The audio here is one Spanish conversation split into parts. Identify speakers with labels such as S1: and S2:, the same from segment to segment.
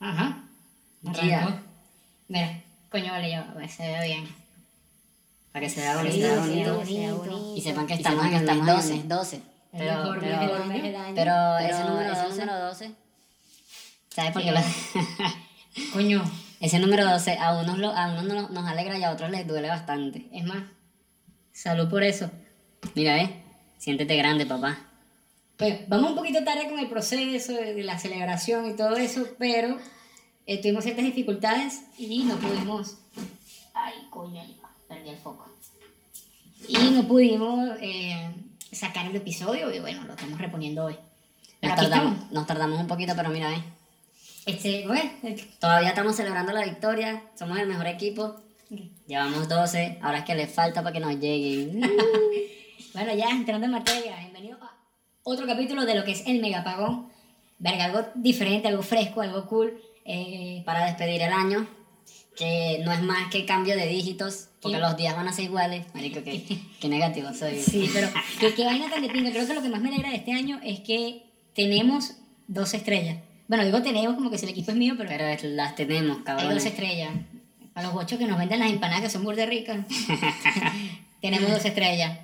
S1: Ajá.
S2: Ya.
S1: Arrancó.
S2: Mira, coño, vale, ya se ve bien. Para que se vea bonito.
S1: Sí,
S2: se vea
S1: se vea
S2: bonito.
S3: bonito.
S2: Y sepan que
S3: Y
S2: estamos
S3: sepan
S2: en
S3: que
S2: el
S3: estamos
S2: mes
S3: en el
S2: 12.
S3: mes 12.
S2: Pero-
S1: mejor
S2: pero-
S1: mes del
S3: Pero
S1: año.
S2: Pero
S3: ese
S2: ese número
S3: ese
S2: 12,
S3: número 12,
S2: ¿sabes por qué lo.?
S1: Coño,
S2: Ese número 12 a unos, lo- a unos no- nos alegra y a otros les duele bastante.
S1: es más, salud por eso.
S2: Mira, ¿ves? Siéntete grande, papá.
S1: Pues vamos un poquito tarde con el proceso de, de la celebración y todo eso, pero eh, tuvimos ciertas dificultades y no pudimos. Ay, coño, perdí el foco. Y no pudimos eh, sacar el episodio y bueno, lo estamos reponiendo hoy. Pero
S2: Nos
S1: aquí
S2: tardamos,
S1: estamos.
S2: nos tardamos un poquito, pero mira, ¿ves?
S1: Este, bueno,
S2: Todavía estamos celebrando la victoria. Somos el mejor equipo. Llevamos 12. Ahora es que les falta para que nos lleguen.
S1: Bueno, ya entrando en materia, bienvenido a otro capítulo de lo que es el megapagón. Verga, algo diferente, algo fresco, algo cool. Eh,
S2: para despedir el año, que no es más que cambio de dígitos, porque
S1: ¿Qué?
S2: los días van a ser iguales. Marico, qué, qué negativo soy.
S1: sí, pero qué, qué vaina tan de pinga. Creo que lo que más me alegra de este año es que tenemos dos estrellas. Bueno, digo tenemos como que si el equipo es mío, pero,
S2: Pero es- las tenemos,
S1: hay
S2: cabrón.
S1: dos estrellas. A los ocho que nos venden las empanadas que son burda ricas, tenemos dos estrellas.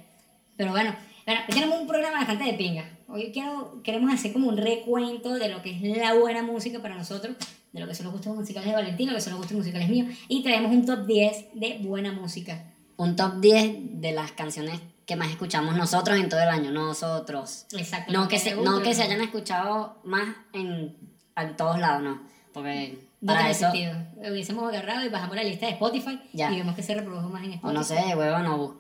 S1: Pero bueno, bueno, hoy tenemos un programa bastante de pinga. Hoy quiero, queremos hacer como un recuento de lo que es la buena música para nosotros, de lo que son los gustos musicales de Valentín, lo que son los gustos musicales míos, y traemos un top 10 de buena música.
S2: Un top 10 de las canciones que más escuchamos nosotros en todo el año. Nosotros.
S1: Exacto.
S2: No que se,
S1: guste,
S2: no
S1: lo
S2: que se hayan escuchado más en, en todos lados, no. Porque
S1: No
S2: para
S1: tiene
S2: eso,
S1: sentido. Hubiésemos agarrado y bajamos la lista de Spotify
S2: Ya.
S1: y vemos que se reprodujo más en
S2: o
S1: Spotify.
S2: no sé, huevón, o bus-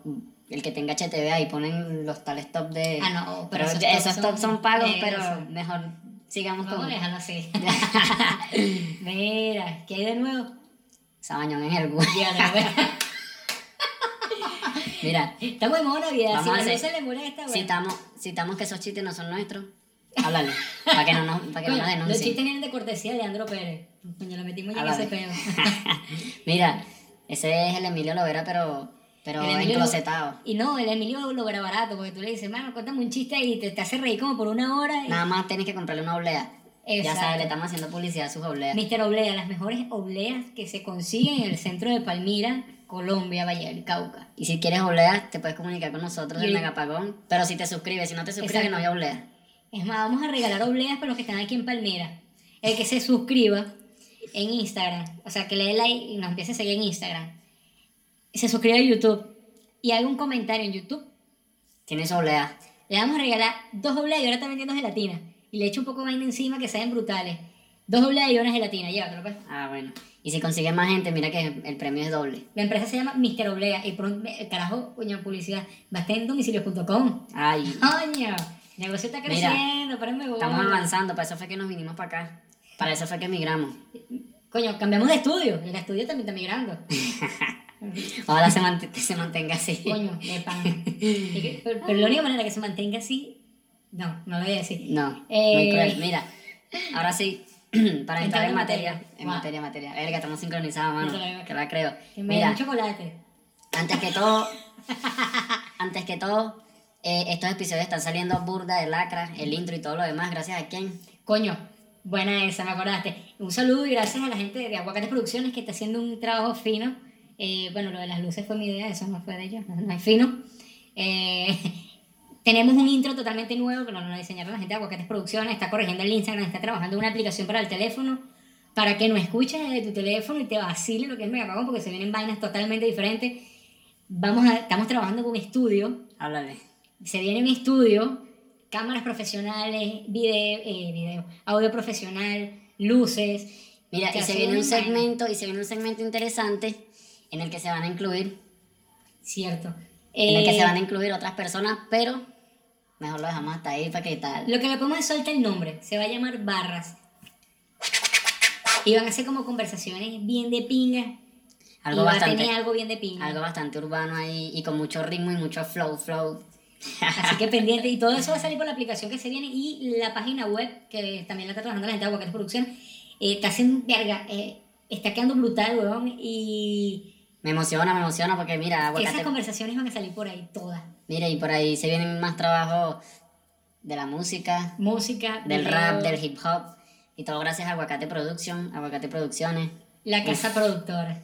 S2: el que tenga HTV ahí ponen los tales top de...
S1: Ah, no, pero
S2: pero esos,
S1: esos
S2: tops
S1: top
S2: son,
S1: son-
S2: pagos,
S1: eh,
S2: pero
S1: son-
S2: mejor sigamos
S1: Vamos a
S2: con...
S1: dejarlo así. Mira, ¿qué hay de nuevo?
S2: Sabañón en el culo.
S1: Ya, de nuevo.
S2: Mira,
S1: Estamos en modo Navidad.
S2: Vamos
S1: si
S2: a
S1: a
S2: hacer-
S1: se le molesta, bueno.
S2: citamos, citamos que esos chistes no son nuestros. Háblale, para que no nos, para que
S1: Coño,
S2: no
S1: los
S2: nos denuncien.
S1: chistes vienen de cortesía de Andro Pérez. Coño, lo metimos ya en
S2: Ah,
S1: ese
S2: vale.
S1: peo.
S2: Mira, ese es el Emilio Lovera, pero, pero
S1: El Emilio lo-
S2: enclosetado.
S1: Y no, el Emilio lo graba barato porque tú le dices, mano, cuéntame un chiste y te, te hace reír como por una hora. Y...
S2: Nada más tienes que comprarle una oblea. Ya
S1: Exacto.
S2: sabes, le estamos haciendo publicidad a sus obleas.
S1: Mister Oblea, las mejores obleas que se consiguen en el centro de Palmira, Colombia, Valle del Cauca.
S2: Y si quieres obleas, te puedes comunicar con nosotros
S1: Y
S2: en
S1: el-
S2: Megapagón. Pero si te suscribes, si no te suscribes,
S1: Exacto.
S2: no hay obleas.
S1: Es más, vamos a regalar obleas para los que están aquí en Palmera. El que se suscriba en Instagram, o sea, que le dé like y nos empiece a seguir en Instagram. Se suscriba a YouTube y haga un comentario en YouTube.
S2: Tienes obleas.
S1: Le vamos a regalar dos obleas y ahora también dos gelatinas. Y le echo un poco de vaina encima que sean brutales. Dos obleas y una gelatina, llévatelo pues.
S2: Ah, bueno. Y si consigues más gente, mira que el premio es doble.
S1: La empresa se llama Mister Oblea y pronto, eh, carajo, coño, publicidad. Va a estar en domicilios.com.
S2: Ay,
S1: Coño, el negocio está
S2: Mira,
S1: creciendo, pero me voy.
S2: estamos avanzando. Para eso fue que nos vinimos para acá. Para eso fue que emigramos.
S1: Coño, cambiamos de estudio. El estudio también está migrando.
S2: Ojalá se, mant- se mantenga así.
S1: Coño, de pan. Y que- pero, pero la única manera que se mantenga así. No, no lo voy a decir.
S2: No, muy
S1: Eh.
S2: cruel. Mira, ahora sí, para entrar
S1: Entrando
S2: en
S1: en
S2: materia,
S1: materia.
S2: en
S1: Guau. materia,
S2: materia, materia. Verga, estamos sincronizados,
S1: No te la
S2: mano.
S1: veo.
S2: Que la creo.
S1: Que me den
S2: Mira,
S1: un chocolate.
S2: antes que todo, antes que todo, eh, estos episodios están saliendo burda de lacra, el intro y todo lo demás. Gracias a quién.
S1: Coño, buena esa, me acordaste. Un saludo y gracias a la gente de Aguacates Producciones que está haciendo un trabajo fino. Eh, bueno, lo de las luces fue mi idea, eso no fue de ellos, no es fino. Eh, tenemos un intro totalmente nuevo que nos lo diseñaron la gente de Aguacates Producciones, está corrigiendo el Instagram, está trabajando en una aplicación para el teléfono para que no escuches desde tu teléfono y te vacile lo que es Megapagón porque se vienen vainas totalmente diferentes. Vamos a, estamos trabajando con estudio
S2: Háblale.
S1: se viene un estudio, cámaras profesionales, video, eh, video, audio profesional, luces.
S2: Mira,
S1: Te
S2: y se
S1: hacen
S2: viene un
S1: una vaina.
S2: segmento, y se viene un segmento interesante en el que se van a incluir,
S1: Cierto.
S2: en el que
S1: Eh,
S2: se van a incluir otras personas, pero mejor lo dejamos hasta ahí para que tal.
S1: Lo que le podemos es soltar el nombre. Se va a llamar Barras. Y van a ser como conversaciones bien de pinga.
S2: Algo
S1: y va a
S2: bastante,
S1: tener algo bien de pinga.
S2: algo bastante urbano ahí y con mucho ritmo y mucho flow, flow.
S1: Así que pendiente. Y todo eso va a salir por la aplicación que se viene y la página web que también la está trabajando la gente de Aguacates Producción. Eh, está haciendo verga. eh, está quedando brutal, weón. Y
S2: Me emociona, me emociona porque mira,
S1: esas
S2: aguacate.
S1: conversaciones van a salir por ahí todas.
S2: Mira, y por ahí se vienen más trabajos de la música,
S1: música,
S2: del
S1: video,
S2: rap, del hip hop. Y todo gracias a Aguacate Production, Aguacate Producciones.
S1: La casa productora.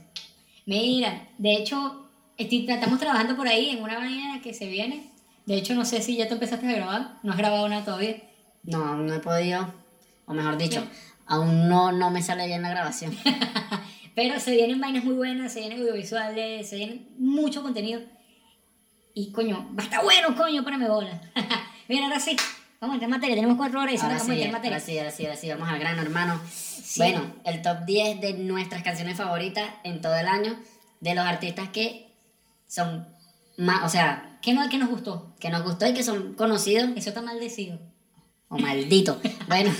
S1: Mira, de hecho, estoy- estamos trabajando por ahí en una vaina que se viene. De hecho, no sé si ya tú empezaste a grabar. No has grabado nada todavía.
S2: No, aún no he podido, o mejor dicho, aún no, no me sale bien la grabación.
S1: Pero se vienen vainas muy buenas, se vienen audiovisuales, se vienen mucho contenido. Y coño, va a estar bueno, coño, para me bola. Mira, ahora sí. Vamos a entrar en materia. Tenemos cuatro horas y solo
S2: Ahora
S1: vamos a
S2: sí, eh,
S1: entrar en materia.
S2: ahora sí, ahora sí, ahora sí, vamos al grano, hermano. Bueno, el top 10 de nuestras canciones favoritas en todo el año, de los artistas que son más, o sea,
S1: ¿Qué, no, ¿Qué nos gustó?
S2: que nos gustó y que son conocidos,
S1: Eso está maldecido.
S2: o Oh, maldito, bueno,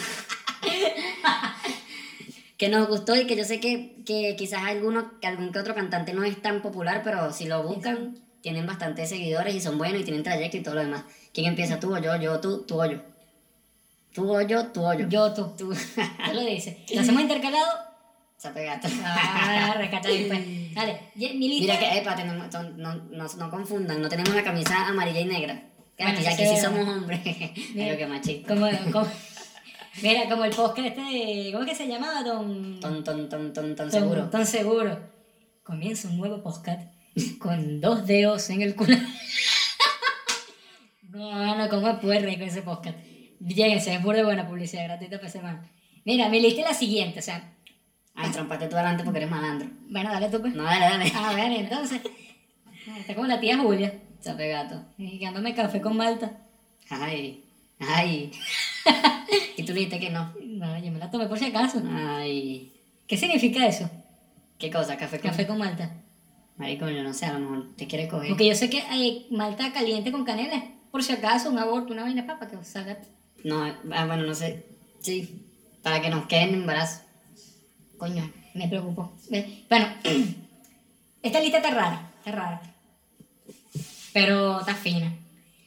S2: que nos gustó y que yo sé que, que quizás alguno, que algún que otro cantante no es tan popular, pero si lo buscan, tienen bastantes seguidores y son buenos y tienen trayecto y todo lo demás. ¿Quién empieza? Tú o yo, yo, tú, tú o yo. Tú o yo, tú o yo.
S1: Yo, tú. Tú lo dices. Lo hacemos intercalado.
S2: Se pegaste.
S1: Ah, rescata después. Dale, ye- mi lista.
S2: Mira que, epa, tenemos- son- no, no, no confundan, no tenemos la camisa amarilla y negra. Que
S1: Bueno,
S2: aquí,
S1: ya
S2: aquí
S1: sé.
S2: sí somos hombres.
S1: Mira.
S2: Pero que machista.
S1: Como, como- mira, como el podcast este de- ¿Cómo es que se llamaba? Don...
S2: Ton, ton, ton, ton, ton,
S1: Don-
S2: seguro.
S1: Don Seguro. Comienza un nuevo podcast con dos dedos en el culo. no, no, como puerre con ese podcast. Lléguense, es pura buena publicidad gratuita para semana. Mira, mi lista es la siguiente, o sea...
S2: Ay, trompate tú adelante porque eres malandro.
S1: Bueno, dale tú pues.
S2: No, dale, dale.
S1: A ver, entonces... Ah, Está como la tía Julia.
S2: Chape gato.
S1: Y dándome café con malta.
S2: Ay, ay. y tú dijiste que no.
S1: No, yo me la tomé por si acaso.
S2: Ay.
S1: ¿Qué significa eso?
S2: ¿Qué cosa? ¿Café con
S1: Café con malta.
S2: Marico, yo no sé, a lo mejor te quiere coger.
S1: Porque yo sé que hay malta caliente con canela. Por si acaso, un aborto, una vaina papa que salga.
S2: No, ah, bueno, no sé. Sí, para que nos queden en embarazo.
S1: Coño, me preocupó. Ve, Bueno, esta lista está rara, está rara. Pero está fina.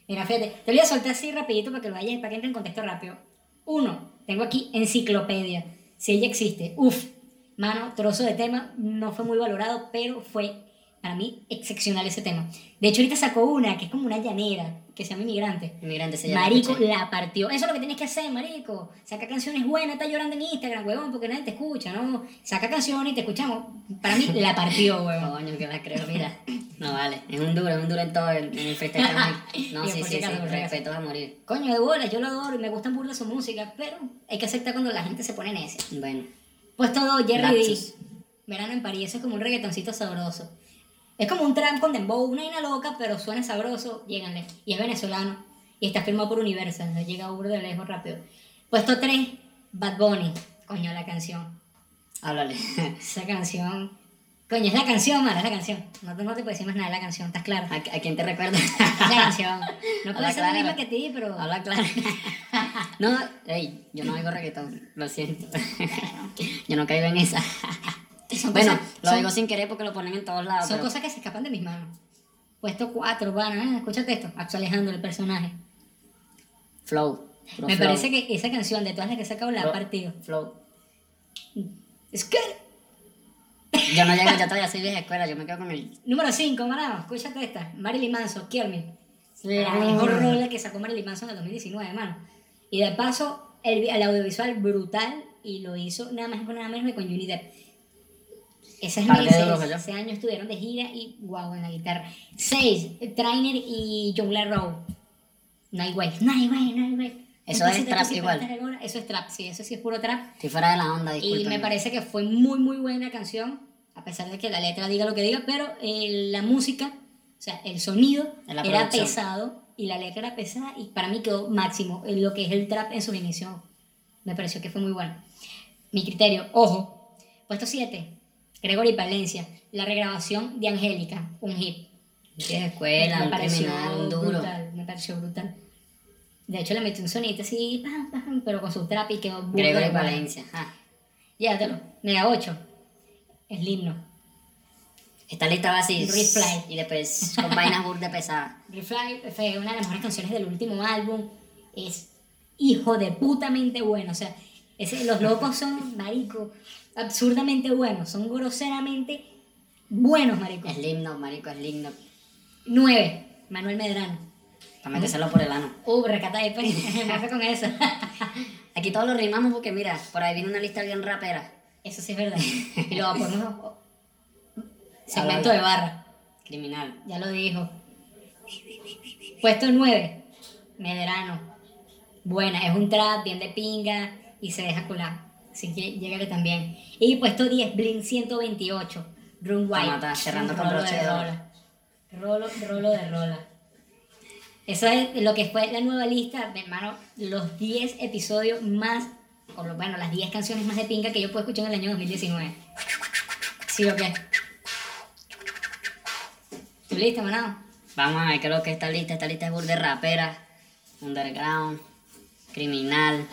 S1: Mira, fíjate, te lo voy a soltar así rapidito para que lo vayas, para que entre en contexto rápido. Uno, tengo aquí enciclopedia. Si ella existe, uff, mano, trozo de tema, no fue muy valorado, pero fue para mí excepcional ese tema. De hecho, ahorita sacó una que es como una llanera, que se llama Inmigrante.
S2: Inmigrante se llama.
S1: Marico
S2: escuché.
S1: la partió. Eso es lo que tienes que hacer, marico. Saca canciones buenas, está llorando en Instagram, huevón, porque nadie te escucha, ¿no? Saca canciones y te escuchamos. Para mí la partió, huevón.
S2: Coño, que la creo, mira. No vale, es un duro, es un duro en todo, en, en el freestyle también. No,
S1: Bien,
S2: sí,
S1: por si
S2: sí, sí,
S1: acaso, por si acaso.
S2: respeto a morir.
S1: Coño de bola, yo lo adoro y me gustan burda su música, pero hay que aceptar cuando la gente se pone necia.
S2: Bueno,
S1: Pues todo Jerry D.
S2: Lapsus.
S1: Verano en París, eso es como un reggaetoncito sabroso. Es como un tram con dembow, una vaina loca, pero suena sabroso, lléganle. Y es venezolano. Y está firmado por Universal, no llega burda de lejos rápido. Puesto 3, Bad Bunny. Coño, la canción.
S2: háblale.
S1: Esa canción. Coño, es la canción, Mara, es la canción. No, te- no te puedo decir más nada, es la canción, estás claro.
S2: ¿A, a quién te recuerda?
S1: Es la canción. No puede
S2: Habla
S1: ser la
S2: claro.
S1: misma que ti, pero.
S2: Habla claro. No, ey, yo no oigo reggaetón, lo siento. Yo no caigo en esa.
S1: Son
S2: Bueno,
S1: cosas-
S2: lo
S1: son-
S2: oigo sin querer porque lo ponen en todos lados.
S1: Son
S2: pero-
S1: cosas que se escapan de mis manos. Puesto 4, Vana, escúchate esto. Axel Alejandro, el personaje.
S2: Flow. puro
S1: Me
S2: flow,
S1: parece que esa canción de todas las que he sacado la ha
S2: Bro.
S1: partido.
S2: Flow.
S1: Es que.
S2: Yo no llego, yo todavía soy vieja escuela, yo me quedo con el.
S1: Número 5, Mara, escúchate esta. Marilyn Manson, Kiermin. La mejor rola que sacó Marilyn Manson en el 2019, mano. Y de paso, el, vi- el audiovisual brutal y lo hizo nada más y nada menos que con Johnny Depp. Esas
S2: Par de
S1: meses,
S2: duros allá.
S1: ese año estuvieron de gira y wow en la guitarra. 6, Trainer y John Larrow. Nightway, Nightway, Nightway.
S2: Eso es
S1: Entonces,
S2: trap
S1: sí,
S2: igual.
S1: para estar ahora, Eso es trap, sí, eso sí es puro trap.
S2: Estoy fuera de la onda,
S1: Y me
S2: disculpen.
S1: parece que fue muy, muy buena canción, a pesar de que la letra diga lo que diga, pero eh, la música, o sea, el sonido
S2: En la
S1: era
S2: producción.
S1: pesado y la letra era pesada y para mí quedó máximo en lo que es el trap en sus inicios. Me pareció que fue muy bueno. Mi criterio, ojo, puesto 7, Gregory Palencia, la regrabación de Angélica, un hit.
S2: Vieja escuela,
S1: me
S2: un
S1: pareció
S2: criminal, un duro.
S1: brutal, me pareció brutal. De hecho, le metí un sonito así, pam, pam, pero con su trap y quedó burda de
S2: Gregory
S1: buena.
S2: Valencia. ajá.
S1: Llévatelo. Mega 8. El himno.
S2: Esta lista va así.
S1: Reply.
S2: Y después con vainas burda pesadas.
S1: Refly fue una de las mejores canciones del último álbum. Es hijo de putamente bueno. O sea, ese- los locos son, marico, absurdamente buenos. Son groseramente buenos, marico.
S2: Slipknot, marico, Slipknot.
S1: 9. Manuel Medrano.
S2: Para metérselo por el ano.
S1: Uh, recata de pe- me fue con eso.
S2: Aquí todos lo rimamos porque mira, por ahí viene una lista bien rapera.
S1: Eso sí es verdad. Y lo ponemos segmento de barra.
S2: Criminal.
S1: Ya lo dijo. Puesto 9. Medrano. Buena, es un trap, bien de pinga y se deja colar. Así que llégale también. Y puesto 10, Blink 128. Run White.
S2: A matar, cerrando con
S1: Rolo
S2: broche de oro.
S1: rola. Rolo, rolo de rola. Eso es lo que fue la nueva lista, mi hermano. Los 10 episodios más, o lo- bueno, las 10 canciones más de pinga que yo puedo escuchar en el año 2019. ¿Sí o qué? ¿Tú listo, manado?
S2: Vamos a ver qué es lo que está lista. Esta lista es burda de rapera, underground, criminal,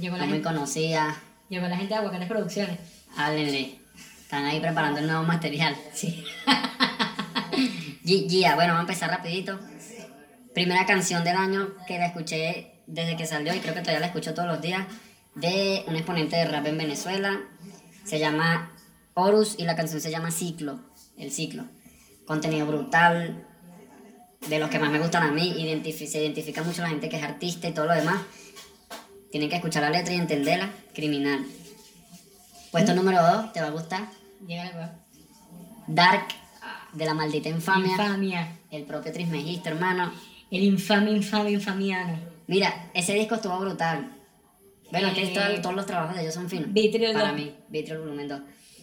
S1: Llegó
S2: no
S1: la,
S2: muy
S1: gente,
S2: conocida.
S1: llegó la gente de Aguacates Producciones.
S2: Háblenle. Están ahí preparando el nuevo material. Sí. Gia, bueno, vamos a empezar rapidito. Primera canción del año que la escuché desde que salió y creo que todavía la escucho todos los días de un exponente de rap en Venezuela. Se llama Horus y la canción se llama Ciclo. El ciclo. Contenido brutal, de los que más me gustan a mí. identifi- se identifica mucho la gente que es artista y todo lo demás. Tienen que escuchar la letra y entenderla. Criminal. Puesto número 2, te va a gustar.
S1: Llega la
S2: Dark, de la maldita infamia.
S1: infamia.
S2: El propio Trismegisto, hermano.
S1: El infame, infame, infamiano.
S2: Mira, ese disco estuvo brutal. Bueno, es que
S1: Eh.
S2: todo- todos los trabajos de ellos son finos.
S1: Vitriol
S2: Para
S1: dos.
S2: mí, Vitriol Volumen 2.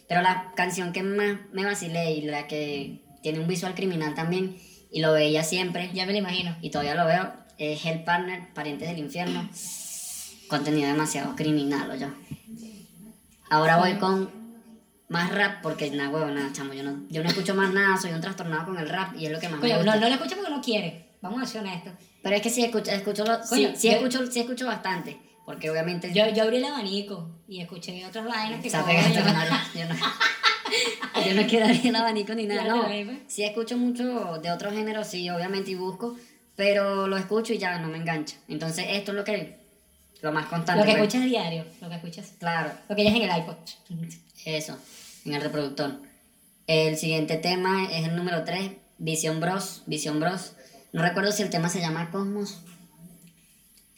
S2: Pero la canción que más me vacilé y la que tiene un visual criminal también, y lo veía siempre,
S1: Ya me lo imagino.
S2: y todavía lo veo, es Hell Partner, Parientes del Infierno. Contenido demasiado criminal, yo. Ahora voy con más rap, porque nada, huevo, nada, chamo, yo no, yo no escucho más nada, soy un trastornado con el rap y es lo que más me
S1: Coño,
S2: gusta.
S1: no, no la escucha porque no quiere. Vamos a ser honestos.
S2: Pero es que sí escucho, escucho lo- sí-
S1: Coño,
S2: sí
S1: yo-
S2: escucho, sí escucho bastante, porque obviamente
S1: Yo, yo abrí el abanico y escuché otras vainas que
S2: Se ha
S1: coño.
S2: pegado, yo no, yo no quiero abrir el abanico ni nada,
S1: Claro,
S2: no.
S1: ahí va.
S2: Sí escucho mucho de otros géneros, sí, obviamente, y busco, pero lo escucho y ya no me engancha. Entonces esto es lo que, lo más constante.
S1: Lo que
S2: pues.
S1: escuchas diario, lo que escuchas.
S2: Claro,
S1: Lo que ya es en el iPod.
S2: eso, en el reproductor. El siguiente tema es el número 3, Vision Bros. Vision Bros. No recuerdo si el tema se llama Cosmos,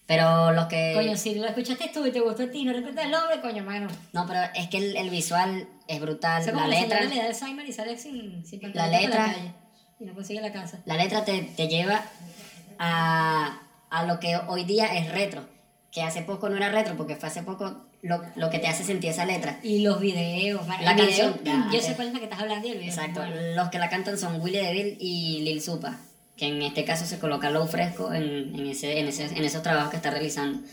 S2: pero los que...
S1: Coño, si lo escuchaste tú y te gustó a ti, no recuerdas el nombre, coño, mano.
S2: No, pero es que el, el visual es brutal.
S1: Eso es
S2: La
S1: como que
S2: letra,
S1: le da Alzheimer y sale sin, sin
S2: La
S1: pantalón para
S2: letra.
S1: calle y no consigue la casa.
S2: la letra te, te lleva a, a lo que hoy día es retro. Que hace poco no era retro, porque fue hace poco lo, lo que te hace sentir esa letra.
S1: Y los videos, mano.
S2: La
S1: El video,
S2: canción, ya,
S1: yo
S2: ok.
S1: sé cuál es la que estás hablando y el video. es
S2: Exacto.
S1: bueno.
S2: Los que la cantan son Willy DeVille y Lil Supa. Que en este caso se coloca Low Fresco en, en, ese, en, ese- en esos trabajos que está realizando.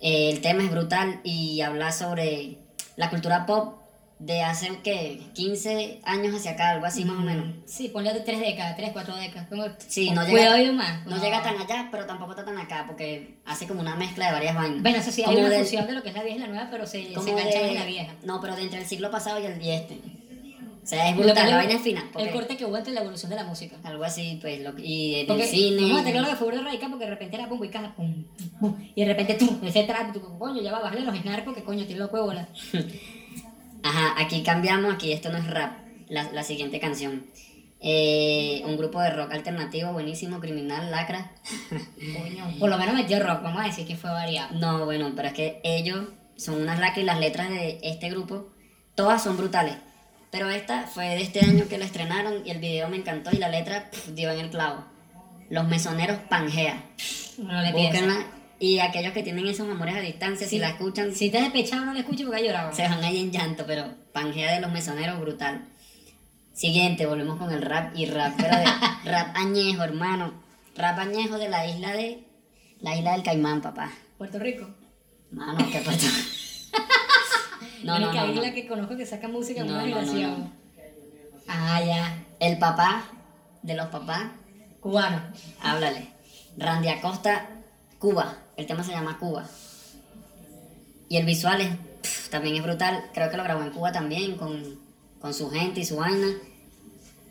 S2: Eh, el tema es brutal y habla sobre la cultura pop de hace que 15 años hacia acá, algo así más o menos.
S1: Mm, Sí, ponle tres décadas, tres, cuatro décadas. Como,
S2: Sí,
S1: con
S2: no llega-
S1: cuidado y más.
S2: No llega tan allá, pero tampoco está tan acá, porque hace como una mezcla de varias vainas.
S1: Bueno, eso sí, hay
S2: Como
S1: una
S2: del-
S1: fusión de lo que es la vieja y la nueva, pero se, se
S2: como
S1: enganchan
S2: de-
S1: en la vieja.
S2: No, pero de entre el siglo pasado y el y este. O sea, es
S1: Lo que
S2: brutal,
S1: le-
S2: la vaina es fina. porque
S1: El corte que hubo entre la evolución de la música.
S2: Algo así, pues, lo, y en
S1: Porque,
S2: el cine.
S1: Vamos a tener lo que fue burda radical porque de repente era pum y caja, pum, pum, pum, y de repente tú, ese trap, tú, coño, ya va, bájale los snarcos que coño, tiene loco de bola.
S2: Ajá, aquí cambiamos, aquí esto no es rap. La, la siguiente canción. Eh, un grupo de rock alternativo, buenísimo, criminal, lacra.
S1: Coño. Por lo menos metió rock, vamos a decir que fue variado.
S2: No, bueno, pero es que ellos son unas lacras y las letras de este grupo, todas son brutales. Pero esta fue de este año que la estrenaron y el video me encantó y la letra pf, dio en el clavo. Los mesoneros Pangea.
S1: No le pienso.
S2: Búsquenla. Y aquellos que tienen esos amores a distancia, si la escuchan,
S1: Si estás despechado, no le escucho porque ha llorado.
S2: se van ahí en llanto, pero Pangea de los mesoneros, brutal. Siguiente, volvemos con el rap y rap, pero de- rap añejo, hermano. Rap añejo de la isla de... La isla del Caimán, papá.
S1: Puerto Rico.
S2: Mano, ¿qué pasó? no, no,
S1: Única
S2: no, no.
S1: isla que conozco que saca música
S2: No,
S1: muy
S2: no, no,
S1: desgraciado.
S2: no.
S1: Ah, ya.
S2: El papá de los papás,
S1: Cubano.
S2: háblale. Randy Acosta, Cuba. El tema se llama Cuba. Y el visual es, pf, también es brutal. Creo que lo grabó en Cuba también, con, con su gente y su vaina.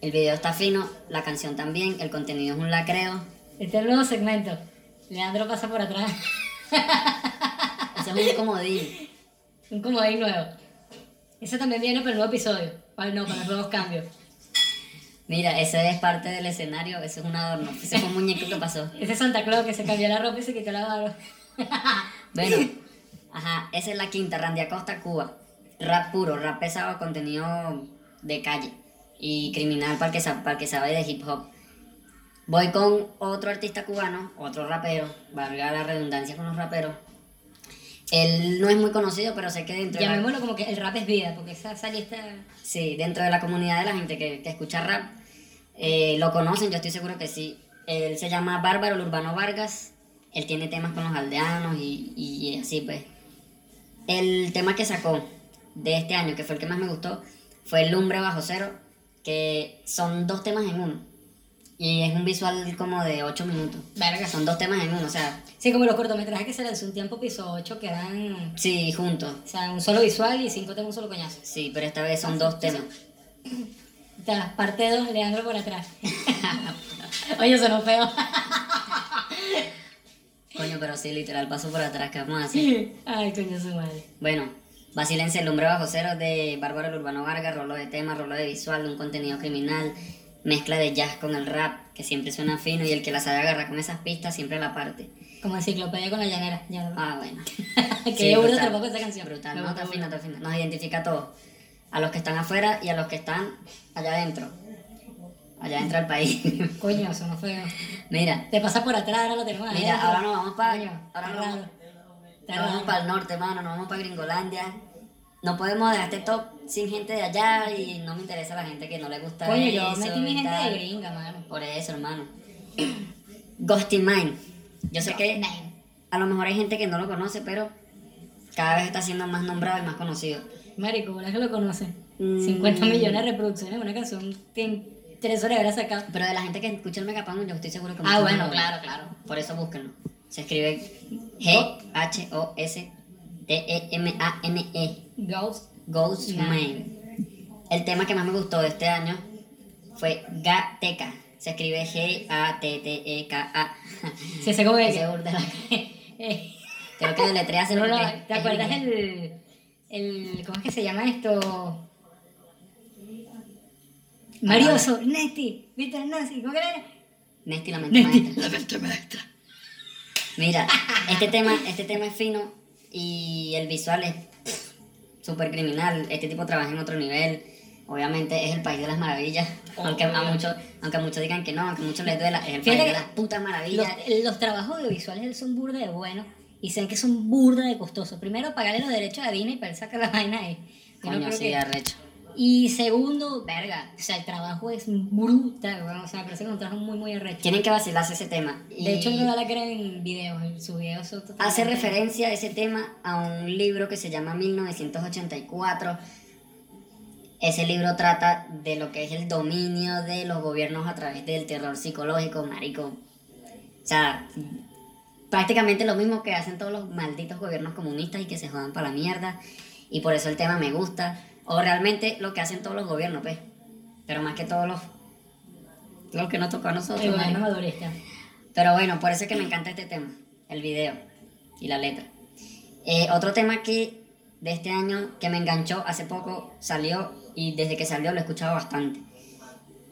S2: El video está fino, la canción también, el contenido es un lacreo.
S1: Este es el nuevo segmento. Leandro pasa por atrás.
S2: Ese es un comodín.
S1: Un comodín nuevo. Eso también viene para el nuevo episodio. Para, no, para los nuevos cambios.
S2: Mira, ese es parte del escenario, ese es un adorno. Ese fue un muñeco que pasó.
S1: Ese Santa Claus que se cambió la ropa y se quitó la barba.
S2: Bueno, Ajá, esa es la quinta, Randy Acosta, Cuba. Rap puro, rap pesado, contenido de calle. Y criminal para el que, sa- para el que sabe de hip hop. Voy con otro artista cubano, otro rapero, valga la redundancia con los raperos. Él no es muy conocido, pero sé que dentro de la-
S1: Llamémoslo como que el rap es vida, porque esa sale esta...
S2: Sí, dentro de la comunidad de la gente que, que escucha rap, eh, lo conocen, yo estoy seguro que sí. Él se llama Bárbaro el Urbano Vargas, él tiene temas con los aldeanos y, y así pues. El tema que sacó de este año, que fue el que más me gustó, fue Lumbre Bajo Cero, que son dos temas en uno. Y es un visual como de 8 minutos.
S1: Verga.
S2: Son dos temas en uno, o sea,
S1: Sí, como los cortometrajes que se lanzó un tiempo, piso 8, que eran...
S2: sí, juntos.
S1: O sea, un solo visual y cinco temas, un solo coñazo.
S2: Sí, pero esta vez son dos temas.
S1: Ta, parte 2, Leandro por atrás. Oye, sonó feo.
S2: Coño, pero sí, literal, paso por atrás, ¿qué vamos a hacer?
S1: Ay, coño, su madre.
S2: Bueno, Vacilense, Lumbre Bajo Cero de Bárbaro el Urbano Vargas, rolo de tema, rolo de visual, un contenido criminal, mezcla de jazz con el rap, que siempre suena fino y el que la sabe agarrar con esas pistas siempre la parte.
S1: Como enciclopedia con la llanera. Ya lo-
S2: Ah, bueno.
S1: que
S2: Sí,
S1: yo uno
S2: brutal.
S1: tampoco esa canción.
S2: Brutal,
S1: Me
S2: no,
S1: gusta
S2: está fino,
S1: burda.
S2: está fino. Nos identifica a todos, a los que están afuera y a los que están allá adentro, allá adentro del país.
S1: Coño, sonó feo.
S2: Mira,
S1: Te pasa por atrás, ahora lo tenemos
S2: Mira,
S1: adentro.
S2: ahora nos vamos pa-
S1: Coño,
S2: ahora
S1: está
S2: nos
S1: raro.
S2: vamos-
S1: Está
S2: nos vamos
S1: raro.
S2: para el norte, mano, nos vamos para Gringolandia. No podemos dejar este top sin gente de allá y no me interesa la gente que no le gusta
S1: Coño, yo
S2: eso
S1: metí mi
S2: y
S1: gente
S2: tal.
S1: de gringa, mano.
S2: Por eso, hermano. Ghosty Mine. Yo sé que
S1: Nine.
S2: a lo mejor hay gente que no lo conoce, pero cada vez está siendo más nombrado y más conocido.
S1: Marico, ¿verdad que lo conoce?
S2: Mm.
S1: 50 millones de reproducciones, una canción que en 3 horas habrá sacado.
S2: Pero de la gente que escucha el Megapango, yo estoy seguro que
S1: Ah,
S2: muchos
S1: bueno,
S2: no lo
S1: claro,
S2: ven.
S1: claro.
S2: Por eso búsquenlo. Se escribe E G-H-O-S-T-E-M-A-N-E.
S1: Ghost.
S2: Ghost
S1: Ya.
S2: Mine. El tema que más me gustó de este año fue Gateca. Se escribe E G-A-T-T-E-K-A.
S1: Sí, sé cómo es.
S2: Ese burda la-
S1: Eh,
S2: Creo que deletrea se
S1: no, no,
S2: porque
S1: ¿Te
S2: es
S1: acuerdas
S2: inglés.
S1: el, el. ¿Cómo es que se llama esto? Marioso, Nesty, Víctor Nancy, ¿cómo que era?
S2: Nesti, la mente
S1: Nesty,
S2: maestra.
S1: la mente maestra.
S2: Mira, este tema, este tema es fino y el visual es pff, súper criminal. Este tipo trabaja en otro nivel. Obviamente es el país de las maravillas. Aunque a muchos, aunque a muchos digan que no, aunque a muchos les duela, es el
S1: Oh, Fíjate
S2: país
S1: que-
S2: de las putas
S1: Los,
S2: maravillas.
S1: los trabajos audiovisuales de él son burda de buenos y saben que son burda de costosos. Primero, pagarle los derechos a Disney para él sacar la vaina ahí. Yo no
S2: Coño,
S1: creo
S2: sí,
S1: que-
S2: arrecho.
S1: Y segundo, verga, o sea, el trabajo es brutal, weón, o sea, me parece que es un trabajo muy, muy arrecho.
S2: Tienen que vacilarse ese tema. Y-
S1: De hecho, él no da la cara en videos, en sus videos son totalmente-
S2: Hace referencia a ese tema a un libro que se llama 1984. Ese libro trata de lo que es el dominio de los gobiernos a través del terror psicológico, marico. O sea, prácticamente lo mismo que hacen todos los malditos gobiernos comunistas y que se jodan para la mierda. Y por eso el tema me gusta. O realmente lo que hacen todos los gobiernos, pues. Pero más que todos los, los que nos tocó a nosotros.
S1: El
S2: marico.
S1: gobierno madurista.
S2: Pero bueno, por eso es que me encanta este tema, el video y la letra. Eh, otro tema que de este año que me enganchó hace poco salió y desde que salió lo he escuchado bastante.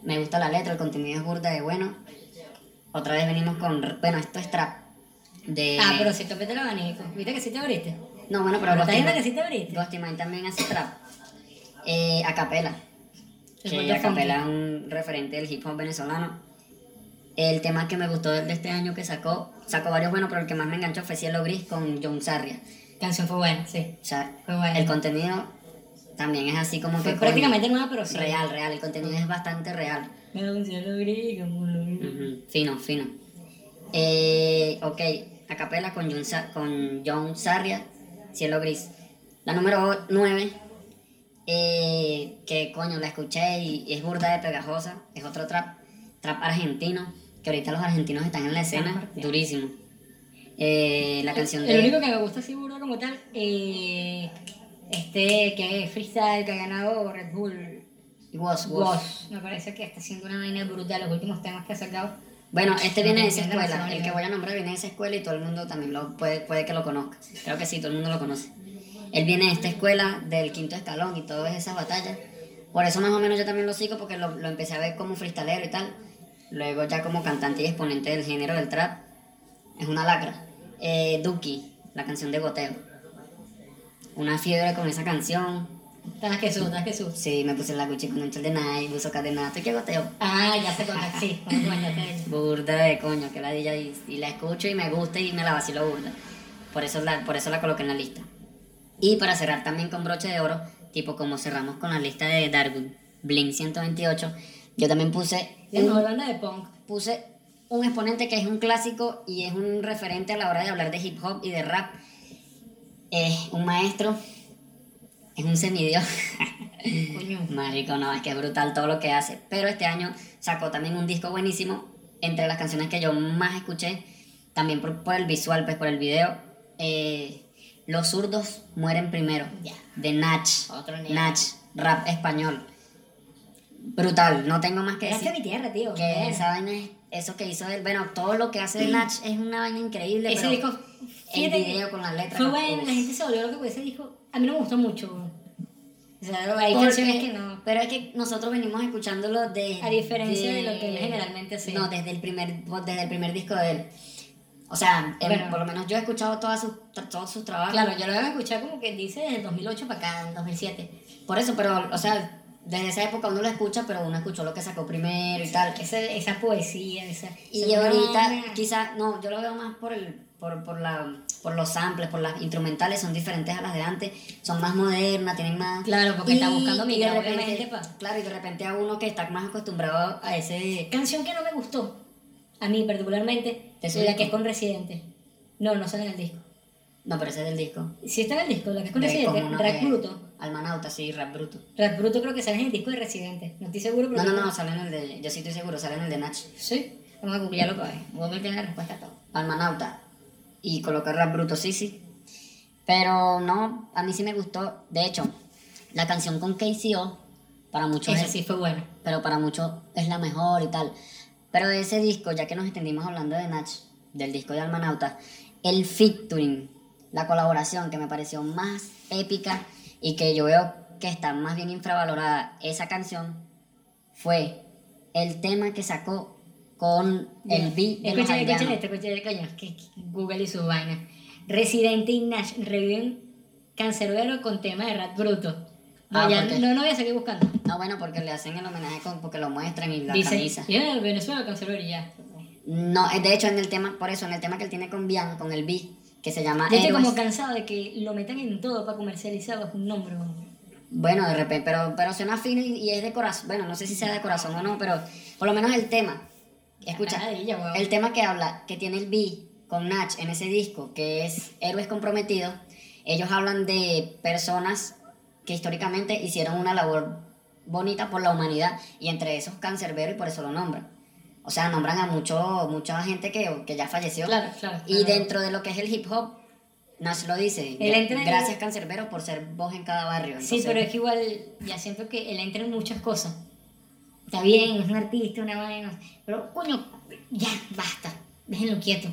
S2: Me gusta la letra, el contenido es burda de bueno. Otra vez venimos con, bueno, esto es trap. De...
S1: Ah, pero si topaste el abanico, ¿viste que sí te abriste?
S2: No, bueno, Eh,
S1: Pero
S2: pero
S1: está
S2: Ghosty
S1: viendo que
S2: Mine-
S1: sí te abriste.
S2: Ghosty Mine también hace trap. Eh, a capela.
S1: El
S2: Que
S1: cuento
S2: a capela es un referente del hip hop venezolano. El tema que me gustó del de este año que sacó, sacó varios buenos, pero el que más me enganchó fue Cielo Gris con John Sarria.
S1: funky. Canción fue buena, sí.
S2: O sea,
S1: Fue buena.
S2: el contenido también es así como
S1: Fue
S2: que...
S1: prácticamente nueva, pero sí.
S2: coño, Real, real. El contenido es bastante real.
S1: Me da un cielo gris, como lo vi.
S2: Ujú, Fino, fino. Eh, ok, a capela con John, Sa- con John Sarria, Cielo Gris. La número 9, que coño, la escuché y, y es burda de pegajosa, es otro trap, trap argentino, que ahorita los argentinos están en la escena
S1: partidos.
S2: durísimo. Eh, la canción
S1: El
S2: de...
S1: único que me gusta así burda como tal, eh, este que es freestyle que ha ganado Red Bull.
S2: Was, was.
S1: Woz. Me parece que está haciendo una vaina brutal los últimos temas que ha sacado.
S2: Bueno, este viene de esa
S1: Entiendo la
S2: escuela, el
S1: sonoridad.
S2: que voy a nombrar viene de esa escuela y todo el mundo también lo puede, puede que lo conozca. Creo que sí, todo el mundo lo conoce. Él viene de esta escuela del quinto escalón y todas esas batallas. Por eso más o menos yo también lo sigo porque lo, lo empecé a ver como freestalero y tal. Luego ya como cantante y exponente del género del trap. Es una lacra. Eh, Duki, la canción de Goteo. una fiebre con esa canción.
S1: Estás que su, estás que su.
S2: Sí, me puse la Gucci con un chal de Nike, buzo cadenado, ¿tú qué goteo?
S1: Ah, ya sé cuál es, sí, cuál cuál, ya sé.
S2: Burda de coño, que la di y, y la escucho y me gusta y me la vacilo burda. Por eso la, por eso la coloqué en la lista. Y para cerrar también con broche de oro, tipo como cerramos con la lista de Darwin, Blink 128, yo también puse
S1: La mejor banda de punk.
S2: puse un exponente que es un clásico y es un referente a la hora de hablar de hip hop y de rap. Es un maestro, es un semidios.
S1: Coño.
S2: Marico, no, es que es brutal todo lo que hace. Pero este año sacó también un disco buenísimo. Entre las canciones que yo más escuché, también por, por el visual, pues por el video, eh, Los zurdos mueren primero.
S1: Ya. Oh,
S2: De Nach.
S1: Otro nivel.
S2: Nach, rap español. Brutal, no tengo más que
S1: Es
S2: decir.
S1: que mi tierra, tío.
S2: Que esa vaina es- eso que hizo él, bueno, todo lo que hace Nach es una vaina increíble.
S1: Ese
S2: pero
S1: disco.
S2: el
S1: fíjate que
S2: video con la letra.
S1: Fue
S2: no,
S1: bueno,
S2: uf.
S1: la gente se volvió loca con ese disco. A mí no me gustó mucho. O sea, hay
S2: Porque-
S1: canciones que no.
S2: Pero es que nosotros venimos escuchándolo de.
S1: A diferencia de lo que él generalmente hace.
S2: No, desde el primer, pues, desde el primer disco de él. O sea, él-
S1: Bueno.
S2: por lo menos yo he escuchado todas sus, todos sus trabajos.
S1: Claro, yo lo he escuchado como que dice desde el 2008 para acá, en 2007.
S2: Por eso, pero, o sea, desde esa época uno lo escucha, pero uno escuchó lo que sacó primero y tal.
S1: Esa, esa poesía, esa.
S2: Y
S1: esa
S2: ahorita
S1: vaina.
S2: quizás, no, yo lo veo más por el por, por, la, por los samples, por las instrumentales, son diferentes a las de antes, son más modernas, tienen más...
S1: Claro, porque está buscando
S2: y de
S1: migrar,
S2: repente-
S1: obviamente, pa-
S2: Claro, y de repente a uno que está más acostumbrado a ese...
S1: Canción que no me gustó, a mí particularmente,
S2: ¿De
S1: la
S2: su disco?
S1: que es con Residente. No, no sale en el disco.
S2: No, pero ese es del disco.
S1: Si está en el disco, la que es con
S2: De
S1: Residente,
S2: como una
S1: Rap
S2: de-
S1: Bruto.
S2: Almanauta, sí, rap bruto.
S1: Rap Bruto creo que sale en el disco de Residente. No estoy seguro, pero.
S2: No, no, no, sale en el de... Yo sí estoy seguro, sale en el de Nach.
S1: Sí, vamos a googlearlo para ver. Google tiene la respuesta a todo.
S2: Almanauta. Y colocar rap bruto, sí, sí. Pero no, a mí sí me gustó. De hecho, la canción con KCO, para muchos
S1: Esa
S2: es-
S1: sí fue buena.
S2: pero para muchos es la mejor y tal. Pero de ese disco, ya que nos extendimos hablando de Nach, del disco de Almanauta, el featuring, la colaboración que me pareció más épica y que yo veo que está más bien infravalorada esa canción, fue el tema que sacó con el beat de
S1: Escuchen,
S2: los
S1: escuchen
S2: aldeanos.
S1: esto, escuchen esto, coño, que que Google y sus vainas. Residente y Nash reviven Cancerbero con tema de Rat Bruto. No,
S2: Ah,
S1: ya,
S2: porque-
S1: no, no voy a seguir buscando.
S2: No, bueno, porque le hacen el homenaje con, porque lo muestran y la
S1: Dice,
S2: camisa.
S1: "Yeah, Venezuela Cancerbero y ya.
S2: No, eh, de hecho, en el tema, por eso, en el tema que él tiene con Bian, con el beat, que se llama
S1: Yo estoy
S2: Héroes.
S1: como cansado de que lo metan en todo para comercializar bajo un nombre. weón.
S2: Bueno, de repente, pero, pero suena fino y, y es de corazón. Bueno, no sé si sea de corazón o no, pero por lo menos el tema. Escucha,
S1: Cara de ella, weón.
S2: el tema que habla, que tiene el B con Nach en ese disco, que es Héroes Comprometidos, ellos hablan de personas que históricamente hicieron una labor bonita por la humanidad y entre esos cancerbero y por eso lo nombran. O sea, nombran a mucho, mucha gente que, que ya falleció.
S1: Claro, claro,
S2: Y
S1: claro.
S2: dentro de lo que es el hip hop, Nach lo dice.
S1: Él entra en-
S2: Gracias, cancerbero, por ser vos en cada barrio.
S1: Sí,
S2: Entonces,
S1: pero es que igual ya siento que él entra en muchas cosas. Está bien, es un artista, una vaina. Pero, coño, ya, basta. Déjenlo quieto.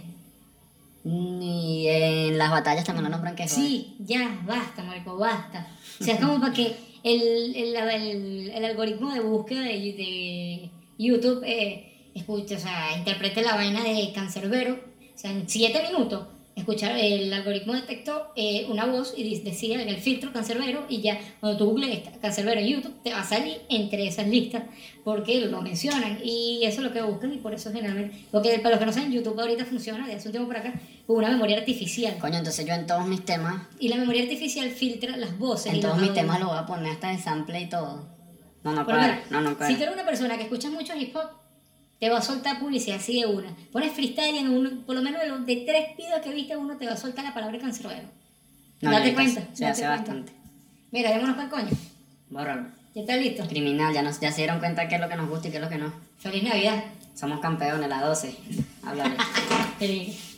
S2: Y en las batallas también lo nombran que es
S1: Sí, ya, basta, Marco, basta. O sea, es como para que el, el, el- el algoritmo de búsqueda de, de YouTube eh, escuche, o sea, interprete la vaina de cancerbero. O sea, en siete minutos, escuchar el algoritmo detectó eh, una voz y dice- decía en el filtro cancerbero y ya cuando tú googlees cancerbero en YouTube te va a salir entre esas listas porque lo mencionan y eso es lo que buscan y por eso generalmente, porque para los que no saben, YouTube ahorita funciona de hace un tiempo para acá con una memoria artificial.
S2: Coño, entonces yo en todos mis temas,
S1: Y la memoria artificial filtra las voces. y
S2: en todos
S1: los
S2: mis
S1: audios.
S2: temas lo voy a poner hasta de sample y todo. No, no
S1: Por lo
S2: cuadra,
S1: menos,
S2: no, no
S1: Si tú
S2: cuadra.
S1: eres una persona que escucha mucho hip hop, te va a soltar publicidad así de una. Pones freestyle en uno, por lo menos de, los, de tres videos que viste, uno te va a soltar la palabra cancerbero.
S2: No,
S1: date
S2: ya
S1: cuenta. date
S2: Se hace
S1: cuenta.
S2: bastante.
S1: Mira, démonos para el coño.
S2: Bórralo.
S1: ¿Ya está listo?
S2: Criminal, ya, nos, ya se dieron cuenta qué es lo que nos gusta y qué es lo que no.
S1: Feliz Navidad.
S2: Somos campeones, la 12. Háblale.
S1: Feliz.